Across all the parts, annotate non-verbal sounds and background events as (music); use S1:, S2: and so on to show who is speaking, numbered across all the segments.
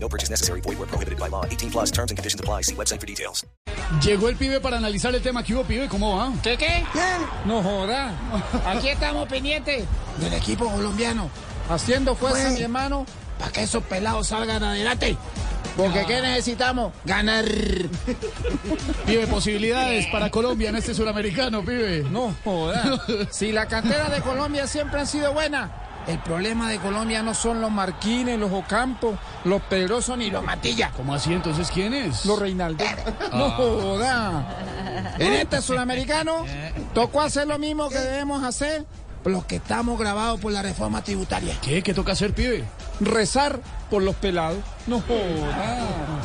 S1: No purchase necessary. Void where prohibited by law. 18 plus terms and conditions apply. See website for details.
S2: Llegó el pibe para analizar el tema. ¿Qué hubo, pibe? ¿Cómo va?
S3: ¿Qué qué?
S2: No joda.
S3: Aquí estamos pendientes
S2: Del equipo colombiano. Haciendo fuerza,
S3: Bueno.
S2: mi hermano.
S3: para que esos pelados salgan adelante.
S2: Porque ¿qué necesitamos?
S3: Ganar.
S2: (laughs) Pibe, posibilidades para Colombia en este suramericano, pibe.
S3: No
S2: (laughs)
S3: joda. Si la cantera de Colombia siempre ha sido buena, el problema de Colombia no son los Marquines, los Ocampos, los Pedrosos ni los Matillas,
S2: ¿Cómo así entonces quién es?
S3: los Reinaldos. No joda. En este sudamericano tocó hacer lo mismo que debemos hacer los que estamos grabados por la reforma tributaria.
S2: ¿Qué? ¿Qué toca hacer, pibe?
S3: Rezar por los pelados. No joda.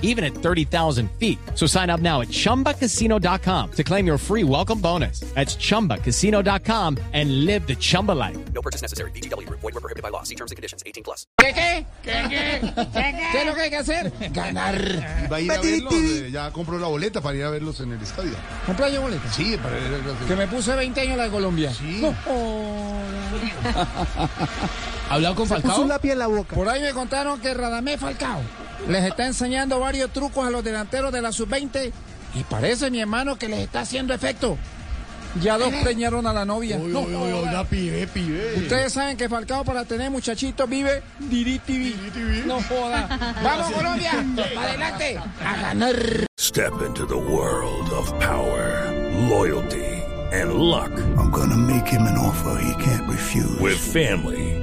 S4: even at 30,000 feet. So sign up now at chumbacasino.com to claim your free welcome bonus. That's chumbacasino.com and live the Chumba life.
S5: No purchase necessary. VGW Group. Void were prohibited by law. See terms and conditions. 18 plus.
S3: ¿Qué qué? ¿Qué qué? ¿Qué es lo que hay que hacer? Ganar.
S6: Va a ir a verlos, eh, ya compró la boleta para ir a verlos en el estadio.
S3: Compré yo boletas.
S6: Sí, para ir a verlos.
S3: Que me puse 20 años la de Colombia.
S6: Sí.
S3: No, joda.
S2: ¿Hablado con Falcao?
S3: Por ahí me contaron que Radamés Falcao les está enseñando varios trucos a los delanteros de la sub-20 y parece, mi hermano, que les está haciendo efecto. Ya dos preñaron a la novia.
S2: Uy,
S3: No,
S2: uy, uy,
S3: joda.
S2: oiga, pibe, pibe.
S3: Ustedes saben que Falcao para tener muchachitos vive DirecTV. No joda. Vamos Colombia, adelante a ganar.
S7: Step into the world of power, loyalty, and luck.
S8: I'm gonna make him an offer he can't refuse.
S7: With family,